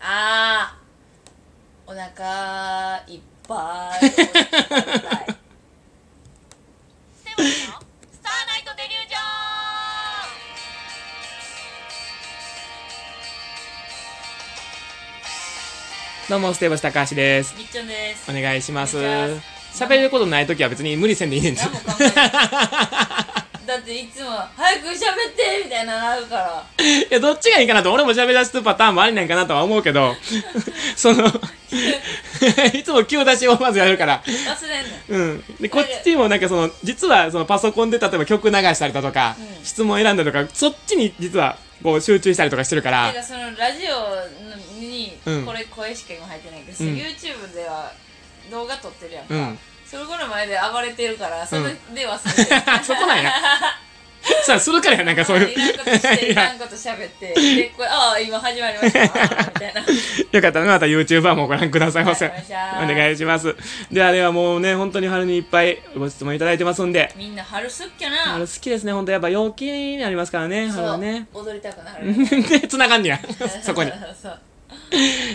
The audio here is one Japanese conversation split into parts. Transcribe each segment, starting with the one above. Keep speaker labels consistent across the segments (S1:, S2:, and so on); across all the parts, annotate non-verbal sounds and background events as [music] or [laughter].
S1: あーお腹いっぱいお腹いっぱい
S2: セブンのスターナイトデリュージョン
S3: どうも、ステーブス高橋です。
S1: みっちょんです
S3: [laughs] お願いします
S1: お願いし。ます
S3: 喋ることないときは別に無理せんでいいねんて
S1: 何も考えないだっていつも「早く喋って!」みたいななるから
S3: [laughs] いや、どっちがいいかなと、俺も喋らせるパターンもありなんかなとは思うけど、 [laughs] その、 [laughs] いつも急出しをまずやるから、
S1: 忘れんの
S3: うん。で、こっちもなんかその、実はそのパソコンで例えば曲流したりだとか、
S1: うん
S3: 質問選んだとか、そっちに実はこう集中したりとかしてるから
S1: て、かそのラジオに
S3: うん
S1: これ声しか今入ってないけど、
S3: うん
S1: YouTube では動画撮ってるやんか、
S3: うん。 [laughs]
S1: それこの前で暴れてるからそれで忘れてる、
S3: [laughs] そこなんや。さあ、するからや、なんかそういう。
S1: いらんことしてい
S3: [laughs] いや
S1: らんこと喋ってでこれああ今始まりましたああみ
S3: [laughs]
S1: たいな
S3: よかったらねまた YouTuber もご覧くださいませ。
S1: お願いしま
S3: お
S1: す
S3: 願いします。ではではもうね、本当に春にいっぱいご質問いただいてますんで。
S1: みんな春すっきゃ
S3: 春
S1: な
S3: 好きですね、本当やっぱ陽気になりますからね、春
S1: そ
S3: は
S1: う、
S3: ね。 [laughs]
S1: 踊りたくなる、 [laughs]
S3: で、繋がん [laughs] ねや。そこに。
S1: そう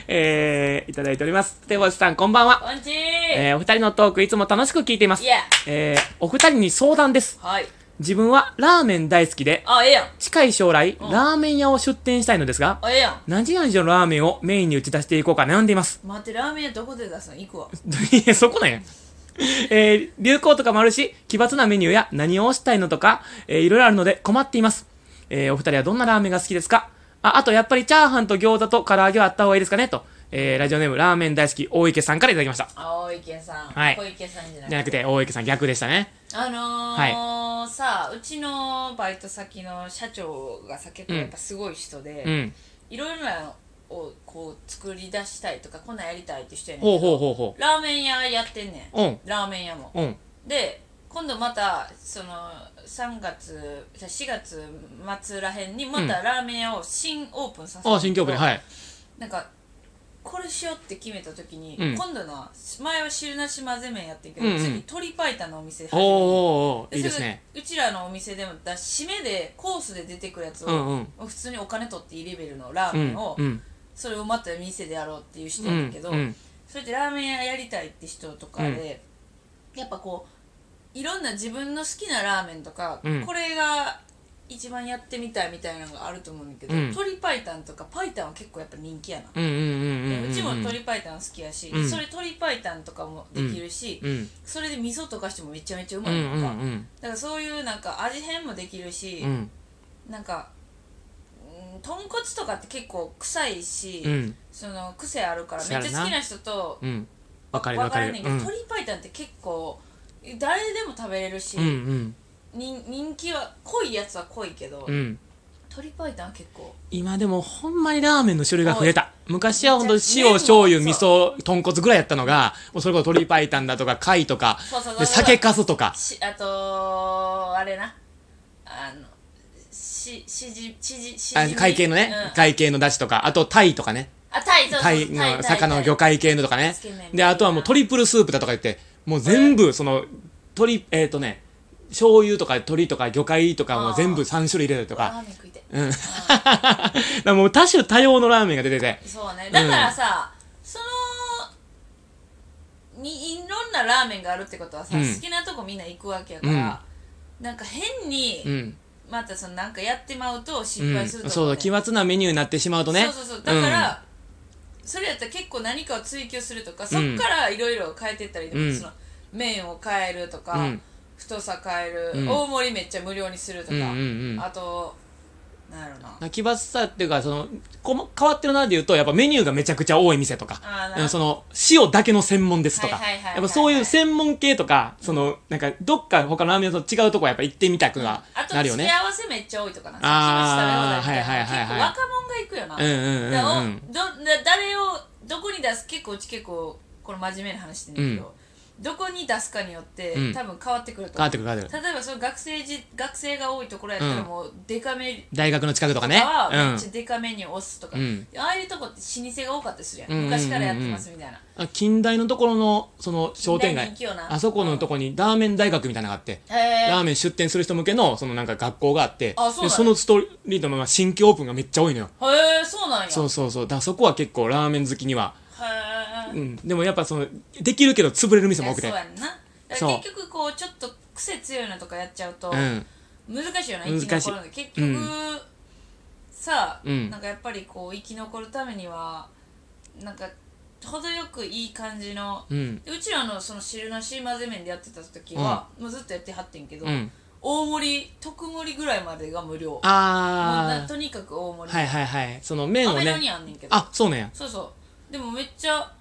S3: えー、いただいております。手越さん、こんばんは。
S1: こんちー、
S3: えー、お二人のトークいつも楽しく聞いています
S1: い。や
S3: えー、お二人に相談です。
S1: はい
S3: 自分はラーメン大好きで、
S1: あええやん
S3: 近い将来、
S1: うん
S3: ラーメン屋を出店したいのですが、
S1: あええやん
S3: 何時何時のラーメンをメインに打ち出していこうか悩んでいます。
S1: 待ってラーメン屋どこで出すの行くわ
S3: い [laughs] や、そこなんや。えー流行とかもあるし、奇抜なメニューや何をしたいのとか、えーいろいろあるので困っています。えーお二人はどんなラーメンが好きですかあ、あとやっぱりチャーハンと餃子と唐揚げはあった方がいいですかねと、えーラジオネームラーメン大好き大池さんからいただきました。
S1: 青池さん、
S3: はい
S1: 小池さんじゃなく
S3: じ
S1: て
S3: ゃなくて大池さん逆でしたね。
S1: あのーさあうちのバイト先の社長がさ結構やっぱすごい人で、
S3: うん。
S1: いろいろなのをこう作り出したいとかこんなんやりたいって人やねん
S3: ほうほうほうほ
S1: ラーメン屋やってんね
S3: う。うん。
S1: んラーメン屋も
S3: うん。
S1: で今度またその3月じゃあ4月末らへんにまたラーメン屋を新オープンさせ
S3: あ、新京で、はいい。
S1: なんかこれしようって決めた時に、
S3: うん
S1: 今度の前は汁なし混ぜ麺やってんけど、
S3: うんうん
S1: 次鶏白湯のお店
S3: おー
S1: めて
S3: おーおー
S1: で
S3: いいですね。
S1: それうちらのお店でもだし締めでコースで出てくるやつを、
S3: うんうん。
S1: 普通にお金取っていいレベルのラー
S3: う
S1: メン
S3: ん。
S1: を、
S3: うん。
S1: それをまた店でやろうっていう人
S3: う
S1: やね
S3: ん
S1: んけど、
S3: うん。
S1: それってラーメン屋やりたいって人とかで、やっぱこういろんな自分の好きなラーメンとか、
S3: うん
S1: これが一番やってみたいみたいなのがあると思うんだけど、
S3: うん
S1: 鶏白湯とか白湯は結構やっぱ人気やな、
S3: うんうんうんうんうん。
S1: うちも鶏白湯好きやし、
S3: うん
S1: それ鶏白湯とかもできるし、
S3: うん。
S1: それで味噌とかしてもめちゃめちゃう
S3: う
S1: ま
S3: ん
S1: い
S3: うん
S1: のか、
S3: うん。
S1: だからそういうなんか味変もできるし
S3: う、ん。
S1: なんかうん豚骨とかって結構臭いし、
S3: うん。
S1: その癖あるから
S3: 癖
S1: め
S3: あ
S1: っ
S3: るな
S1: ちゃ好きな人と
S3: うん。わかるわ
S1: 分
S3: か
S1: から
S3: る。
S1: んねんけど、鶏白湯って結構誰でも食べれるし、
S3: うんうん
S1: に人気は濃いやつは濃いけど、
S3: うんうん
S1: 鶏白湯は結構
S3: 今でもほんまにラーメンの種類が増えた昔はほんと
S1: めっちゃ
S3: 塩醤油
S1: 麺
S3: 味
S1: も
S3: 噌豚骨ぐらいやったのがもうそれこそ鶏白湯だとか貝とか
S1: そうそうそう
S3: で酒粕とか
S1: しあとあれなあのししじしじしじ
S3: あ
S1: み
S3: 会計のね
S1: うん
S3: 会計のだしとかあと鯛とかね
S1: あタイそうそう
S3: 鯛
S1: タイタ
S3: の
S1: イタ
S3: 魚の
S1: イ
S3: 魚介系のとかね
S1: つけ麺
S3: であとはもうトリプルスープだとか言ってもう全部その鶏えっとね醤油とか鶏とか魚介とかもう全部3種類入れたりと
S1: ラ
S3: か
S1: ーメン食いて
S3: うんだからもう多種多様のラーメンが出てて
S1: そうねだからさ、そのにいろんなラーメンがあるってことはさ、
S3: うん
S1: 好きなとこみんな行くわけやから、なんか変
S3: う
S1: に
S3: ん
S1: またそのなんかやってまうと
S3: う
S1: 失
S3: ん
S1: 敗すると
S3: そう
S1: 思
S3: そう
S1: ね
S3: 奇抜なメニューになってしまうとね
S1: そうそうそうだから、それやったら結構何かを追求するとかそっからいろいろ変えてったりとか、
S3: うん
S1: その麺を変えるとか、
S3: うん
S1: 太さ変える、
S3: うん
S1: 大盛りめっちゃ無料にするとか、
S3: うんうんうん
S1: あとなんやろな
S3: な奇抜さっていうかそのこも変わってるなで言うとやっぱメニューがめちゃくちゃ多い店とか
S1: あー
S3: う
S1: なん
S3: その塩だけの専門ですとか
S1: はいはいはいはいはい
S3: やっぱそういう専門系とかそのなんかどっか他のラーメン屋と違うとこやっぱ行ってみたくは
S1: あと
S3: な
S1: 付
S3: る
S1: け
S3: よ
S1: 合
S3: ね
S1: わせめっちゃ多いとかな
S3: あー
S1: さっきの下のようだみたいな
S3: はいはいはいはい
S1: 結構若者が行くよな、
S3: うんうん
S1: だからお
S3: うん
S1: どだ誰をどこに出す結構うち結構この真面目な話してんだけど、どこに出すかによって、
S3: うん
S1: 多分変わってくると
S3: 変わってくる変わってくる
S1: 例えばその学生じ学生が多いところやった
S3: う
S1: ら
S3: ん
S1: もうデカめ
S3: 大学の近くと
S1: と
S3: か
S1: か
S3: ね
S1: は
S3: う
S1: め
S3: ん
S1: っちゃデカめに押すとか、
S3: うん
S1: ああいうとこって老舗が多かったりするやん,、
S3: うんうんうんうん
S1: 昔からやってますみたいな
S3: あ近代のところのその商店街
S1: 近代人気よな
S3: あそこのとこにラーメン大学みたいなのがあって、
S1: へ
S3: ラー
S1: ー
S3: メン出店する人向けのそのなんか学校があって
S1: あそうなん
S3: で
S1: や
S3: そのストリートのまあ新規オープンがめっちゃ多いのよ
S1: へーそうなんや
S3: そうそうそうだからそこは結構ラーメン好きには、
S1: へー
S3: うん、でもやっぱそのできるけど潰れる店
S1: い
S3: も
S1: や
S3: 多くて
S1: そうやんなだか
S3: そう
S1: ら結局こうちょっと癖強いのとかやっちゃうと、
S3: うん
S1: 難しいよな
S3: 難
S1: 生き
S3: しい
S1: 残るの結局、
S3: うん
S1: さあ、
S3: うん
S1: なんかやっぱりこう生き残るためにはなんか程よくいい感じの、
S3: うん
S1: うちらのその汁なし混ぜ麺でやってた時は、もうずっとやってはってんけど、
S3: うん
S1: 大盛り特盛りぐらいまでが無料もうな
S3: あ
S1: とにかく大盛
S3: あ
S1: り、
S3: はいはいはいその麺を
S1: アメノに
S3: ね
S1: あんねんけど
S3: あそうなんや
S1: そうそうでもめっちゃ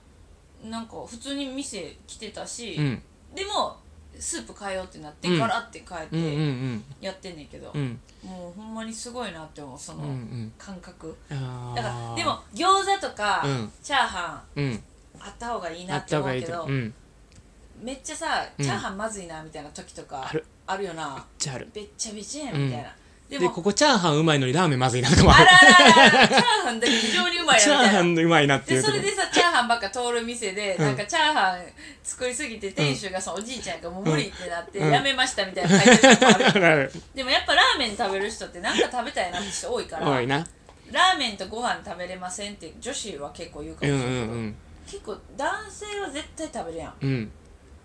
S1: なんか普通に店来てたし、
S3: うん
S1: でもスープ変えようってなって、
S3: うん
S1: ガラって変
S3: うんうん
S1: えて
S3: うん
S1: やってんねんけど、
S3: うん
S1: もうほんまにすごいなって思うそ
S3: うんう
S1: の
S3: ん
S1: 感覚、
S3: あー
S1: だからでも餃子とか、
S3: うん
S1: チャーハ
S3: うん
S1: ンあった方がいい
S3: あ
S1: な
S3: っ
S1: って
S3: た方
S1: 思
S3: が
S1: う
S3: い
S1: け
S3: いと
S1: ど、
S3: うん
S1: めっちゃさ
S3: うん
S1: チャーハンまずいなみたいな時とか
S3: ある
S1: あるよな
S3: じゃある
S1: べっちゃべちゃやんみたいな、
S3: で
S1: でも
S3: ここチャーハンうまいのにラーメンまずいなとかもあ
S1: あ
S3: る
S1: ららららチャーハンだけ非常にうまいや
S3: チャ
S1: み
S3: ー
S1: た
S3: ハ
S1: いな
S3: ンうまいなってい
S1: で
S3: うと
S1: そ
S3: こ
S1: れでさチャーハンばっか通る店で、
S3: うん
S1: なんかチャーハン作りすぎて店主がさ、おじいちゃんがもう無理ってなって、
S3: うん
S1: やめましたみたいな書いてるとこある
S3: [laughs] あるある
S1: でもやっぱラーメン食べる人ってなんか食べたいなって人多いから
S3: 多いな
S1: ラーメンとご飯食べれませんって女子は結構言うか
S3: うん
S1: も
S3: う
S1: し
S3: ん
S1: れない、
S3: うん
S1: 結構男性は絶対食べるやん
S3: うん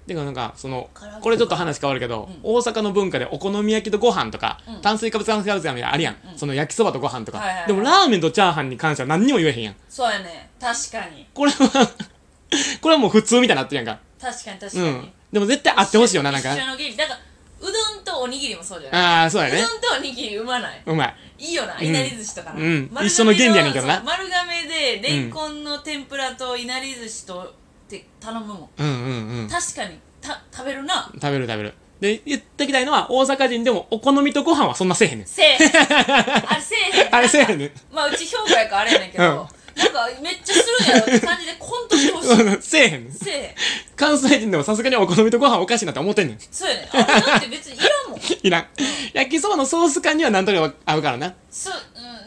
S3: てかなんかその
S1: 唐揚げ
S3: これちょっと話変わるけど、
S1: うん
S3: 大阪の文化でお好み焼きとご飯とか、
S1: うん
S3: 炭水化物炭水化物があるやん、
S1: うん
S3: その焼きそばとご飯とか、
S1: はいはいはい
S3: でもラーメンとチャーハンに関しては何にも言えへんやん
S1: そうやね確かに
S3: これは [laughs] これはもう普通みたいになってるやんか
S1: 確かに確か
S3: う
S1: に、
S3: んでも絶対あってほしいよななんか
S1: 一緒の原理だからうどんとおにぎりもそうじゃない
S3: ああそうや
S1: う
S3: ね
S1: どんとおにぎりうまないう
S3: まい
S1: いいよな、
S3: ん
S1: いなり寿司とかな、
S3: うん
S1: 丸亀
S3: 一緒の原理やねんけどな
S1: そう丸亀でレンコンの天ぷらといなり寿司とって頼むもん
S3: うんうんうん
S1: 確かにた食べる
S3: [laughs]
S1: な
S3: 食べる食べるで言ってきたいのは大阪人でもお好みとご飯はそんなせえへんねん
S1: せえへんあれせえへん
S3: あれせえへんねん
S1: まあうち評価やからあれやねんけど、
S3: うん
S1: なんかめっちゃするんやろって感じでコントしてほしい
S3: せえへんねん
S1: せえへん
S3: 関西人でもさすがにお好みとご飯おかしいなって思ってんねん
S1: そうやねんあれだって別にいらんもん
S3: いらん。焼きそばのソース感にはなんとか合うからな。
S1: そう、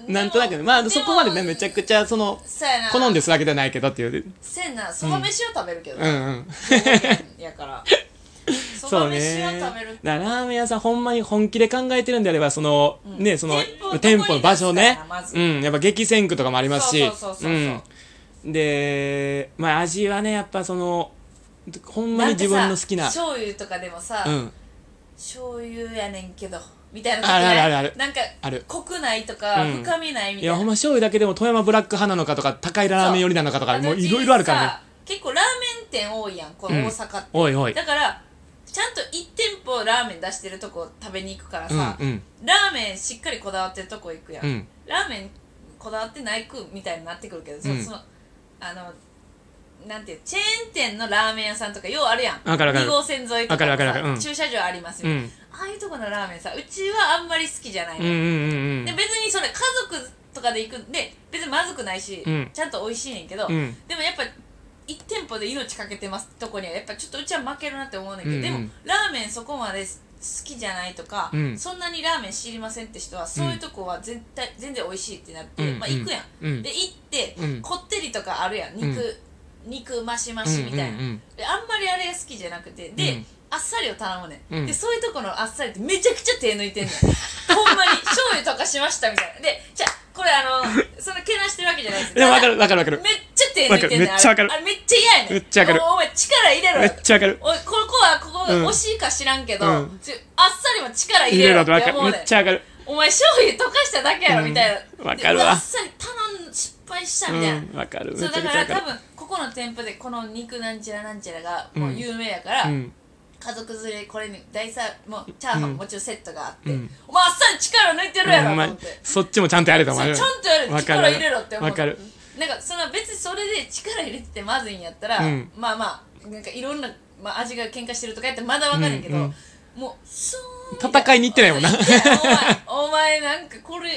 S1: うん、
S3: なんとなくね。まあ、そこまでね、めちゃくちゃ、その、
S1: そうやな
S3: 好んでするわけじゃないけどっていう。
S1: せんなそば飯は食べるけど、
S3: うんうん。
S1: やからそ
S3: そ
S1: ば
S3: う
S1: 飯は
S3: ね。
S1: 食べる
S3: だからラーメン屋さん、ほんまに本気で考えてるんであれば、その、
S1: ん
S3: ね、その
S1: 店舗、
S3: 店舗の場所ね
S1: どこに出すかやなま。ず
S3: うん。やっぱ激戦区とかもありますし。。
S1: そうそうそうそううそうん
S3: で、まあ、味はね、やっぱその、ほんまに自分の好きな。
S1: んかさ醤油とかでもさ、
S3: うん。
S1: 醤油やねんけどみたいな
S3: あるあるあるある
S1: なんか
S3: ある
S1: 濃くないとか、
S3: うん
S1: 深みないみ
S3: い
S1: たいな
S3: や、ほんま醤油だけでも富山ブラック派なのかとか、高いラーメン寄りなのかとか、
S1: あと
S3: もういろいろあるからね。
S1: さ結構ラーメン店多いやんこの大阪って、
S3: おいおい。
S1: だからちゃんと1店舗ラーメン出してるとこ食べに行くから
S3: う
S1: さ、
S3: んうん。
S1: ラーメンしっかりこだわってるとこ行くやん、
S3: うん
S1: ラーメンこだわってないくみたいになってくるけどそ,、
S3: うん
S1: そのあのなんていうチェーン店のラーメン屋さんとかようあるやん
S3: わかるわかる
S1: 2号線沿いとか
S3: わ
S1: も
S3: かるわかるわかるうん
S1: さ駐車場あります
S3: う
S1: よ、
S3: ん。
S1: ああいうとこのラーメンさうちはあんまり好きじゃない
S3: うん
S1: の、
S3: うんうんうん
S1: で別にそれ家族とかで行くんで別にまずくないし、
S3: うん
S1: ちゃんと美味しいねんけど、
S3: うん
S1: でもやっぱ1店舗で命かけてますとこにはやっぱちょっとうちは負けるなって思うねんだけど、
S3: うんうん
S1: でもラーメンそこまで好きじゃないとか、
S3: うん
S1: そんなにラーメン知りませんって人はそういうとこは全体全然美味しいってなって、
S3: うん
S1: まあ、行くやん、
S3: うん
S1: で行って、
S3: うん
S1: こってりとかあるやん肉、肉増し増しみたいな、
S3: うんうんうん
S1: であんまりあれが好きじゃなくてで、
S3: うん
S1: あっさりを頼むね、
S3: うん
S1: ん、でそういうとこのあっさりってめちゃくちゃ手抜いてんねんほんまに醤油とかしましたみたいなでじゃあこれあのそのけなしてるわけじゃないです
S3: でもわか
S1: ただ
S3: るわかるわかる
S1: めっちゃ手抜いてんねん
S3: わかるめっちゃわかる
S1: あれあれめっちゃ嫌やねん
S3: めっちゃわかる
S1: おお前力入れろ
S3: めっちゃわかる
S1: おいここはここ
S3: うん
S1: 惜しいか知らんけど、
S3: うん
S1: ちょあっさりも力入
S3: 入
S1: れ
S3: れ
S1: ろ
S3: ろ
S1: っ
S3: とわ
S1: て
S3: かる
S1: 思う
S3: め
S1: ねん
S3: っちゃわかる
S1: お前醤油溶かしただけやろみたいな、
S3: う
S1: で
S3: んわかるわ
S1: あっさり頼ん失敗したみたいな、
S3: うんわかるめち
S1: そ
S3: ゃ
S1: う
S3: くち
S1: だ
S3: ゃ
S1: か
S3: わ
S1: ら
S3: か
S1: 多
S3: る
S1: 分ここの店舗でこの肉なんちゃらなんちゃらがもううん有名やから、
S3: うん
S1: 家族連れこれに大さもうチャーハンももちろんセットがあって、
S3: うん
S1: お前あっさり力抜いてるやろ
S3: お
S1: と思
S3: 前
S1: って、
S3: そっちもちゃんとやれと思
S1: そうちゃんとやる
S3: わか
S1: 力入れろって思う
S3: わかる
S1: なんかその別にそれで力入れててまずいんやったら、
S3: うん
S1: まあまあなんかいろんな、まあ、味が喧嘩してるとかやったらまだわかんないけど、
S3: うんうん
S1: もうスーンって
S3: 戦いに行ってないもんな
S1: お前お前なんかこれ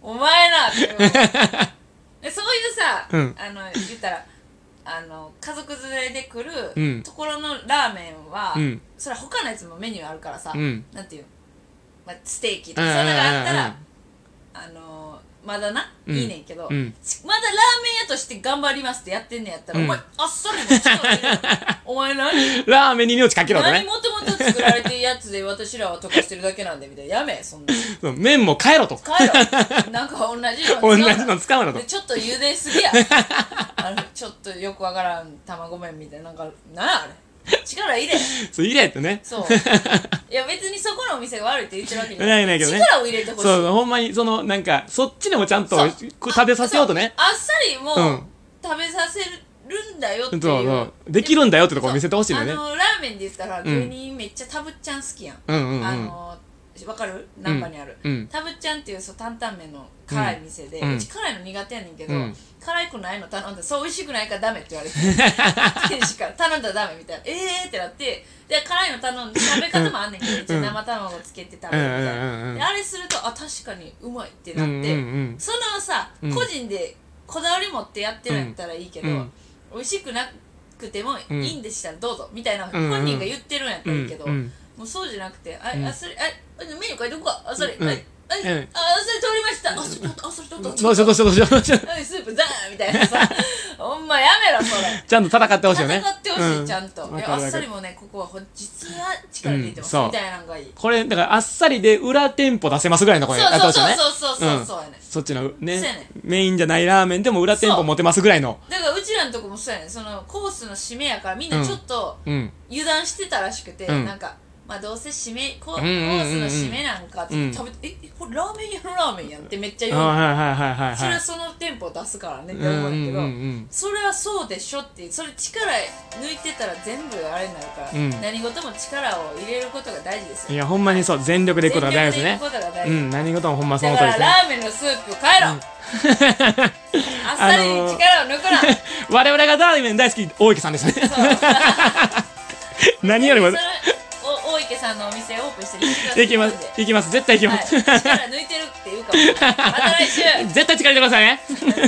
S1: お前なって思うでそういうさ、
S3: うん
S1: あの言ったらあの家族崩れで来
S3: う
S1: る
S3: ん
S1: ところのラーメンは、
S3: うん
S1: それは他のやつもメニューあるからさ、
S3: うん
S1: なんていう、まあ、ステーキと
S3: うん
S1: かそういうのがあったら、
S3: うん
S1: あのーまだな、
S3: うん
S1: いいねんけど、
S3: うん
S1: ちまだラーメン屋として頑張りますってやってんねんやったら、
S3: うん
S1: お前あっさりもちろん入
S3: [laughs]
S1: れろお前何
S3: ラーメンに命かけろと
S1: 何
S3: ね。
S1: もともと作られてるやつで私らは溶かしてるだけなんでみたいなやめそんな
S3: そう麺も変えろと。
S1: 帰
S3: [laughs]
S1: ろなんか同じの使
S3: 同
S1: う
S3: じ
S1: な
S3: の使うなと
S1: で。ちょっと茹ですぎやあのちょっとよくわからん卵麺みたいななんかなんやあれ力入れ
S3: そう、入れとね。 [laughs]
S1: そういや別にそこのお店が悪いって言ってるわけじゃ
S3: ないないけどね
S1: 力を入れてほしい
S3: そう、ほんまに、その、なんか、そっちでもちゃんと
S1: そう
S3: こう食べさせようとね。
S1: あっさりも
S3: うん
S1: 食べさせるんだよって
S3: そ
S1: いうう
S3: そう。できるんだよってとこ
S1: そう
S3: 見せてほしいの
S1: あ
S3: よね。
S1: のラーメンですから
S3: ん
S1: 芸人めっちゃタブっちゃん好きやん、
S3: うんうんうん
S1: あのわかる難波にある、
S3: うん
S1: タブっちゃんっていうそう担々麺の辛い店で、
S3: う
S1: うんち辛いの苦手やねんけど、
S3: うん
S1: 辛くないの頼んだらそう美味しくないからダメって言わ [laughs] れて店主から頼んだらダメみたいなえーってなってで辛いの頼んで食べ方もあんねんけど、一応生卵つけて食べるみたいな、
S3: うんうんうんうん
S1: であれするとあ確かにうまいって
S3: う
S1: なっ
S3: んうん
S1: て、
S3: うん。
S1: そのさ、
S3: うん
S1: 個人でこだわり持ってやってるんやったらいいけど、
S3: うんうん
S1: 美味しくなくてもい
S3: うん
S1: いんでしたらどうぞみたいな
S3: うんうん
S1: 本人が言ってるんやったらいいけど、
S3: うんうん
S1: もうそうじゃなくて「あ、
S3: ん
S1: あそれあメニュー書いとくわあそれ、
S3: うん
S1: ああああそれ
S3: う
S1: 取
S3: ん
S1: りましたあそれ取ったあそれ取った
S3: どうしようどうしようどうしようどうしよう。
S1: はいスープザーン!」みたいなさほんまやめろそれ
S3: ちゃんと戦ってほしいよね。
S1: 戦ってほしい、
S3: うん
S1: ちゃんとい
S3: わ
S1: や
S3: か
S1: あ
S3: る
S1: っ
S3: わか
S1: さ
S3: る
S1: りもねここはほん実は力入れてます、
S3: うんそう
S1: みたいなのがいい
S3: これ、だから、あっさりで裏店舗出せますぐらいのこ
S1: そう
S3: れ、やって
S1: そ
S3: ほ
S1: う
S3: しいよ
S1: そう
S3: ね。
S1: そうそうそうそうやね、
S3: そっちのね
S1: そうやね
S3: メインじゃないラーメンでも裏店舗持てますぐらいの。
S1: だからうちらのとこもそうやねんそのコースの締めやからみんなちょっと
S3: うん。
S1: 油断してたらしくて、
S3: うん
S1: なんかまあどうせ締めコ,、
S3: うんうんうんうん
S1: コースの締めなんかって
S3: うん
S1: 食べて、えこれラーメン屋のラーメンやんってめっちゃ
S3: あ
S1: 言う
S3: あ
S1: の、
S3: はいはいはいはい
S1: それ
S3: は。
S1: はいその店舗出すからねって
S3: う
S1: 思
S3: んう
S1: うんんやけど、
S3: うん
S1: それはそうでしょってそれ力抜いてたら全部あれになるから、
S3: うん
S1: 何事も力を入れることが大事です
S3: うん。い
S1: よ
S3: や、ほんまにそう、全力でいくことが大事で
S1: 全
S3: す
S1: 力でいくことが大
S3: ね。う
S1: 事
S3: ん、何事もほんまその
S1: だか
S3: 通りで
S1: ら
S3: す
S1: ラ。ー
S3: ね
S1: メンのスープ変えろ、
S3: [laughs]
S1: あっさりに力を抜くな、
S3: 我々がラーメン大好き、大池さん
S1: [laughs]
S3: ですね。何よりも
S1: それ、お大池さんのお店オープンして
S3: いきます、いきます、絶対いき
S1: は
S3: ま
S1: い、
S3: す。
S1: 力抜いてるっていうかもしれないまた来週
S3: 絶対力入れてくださいね。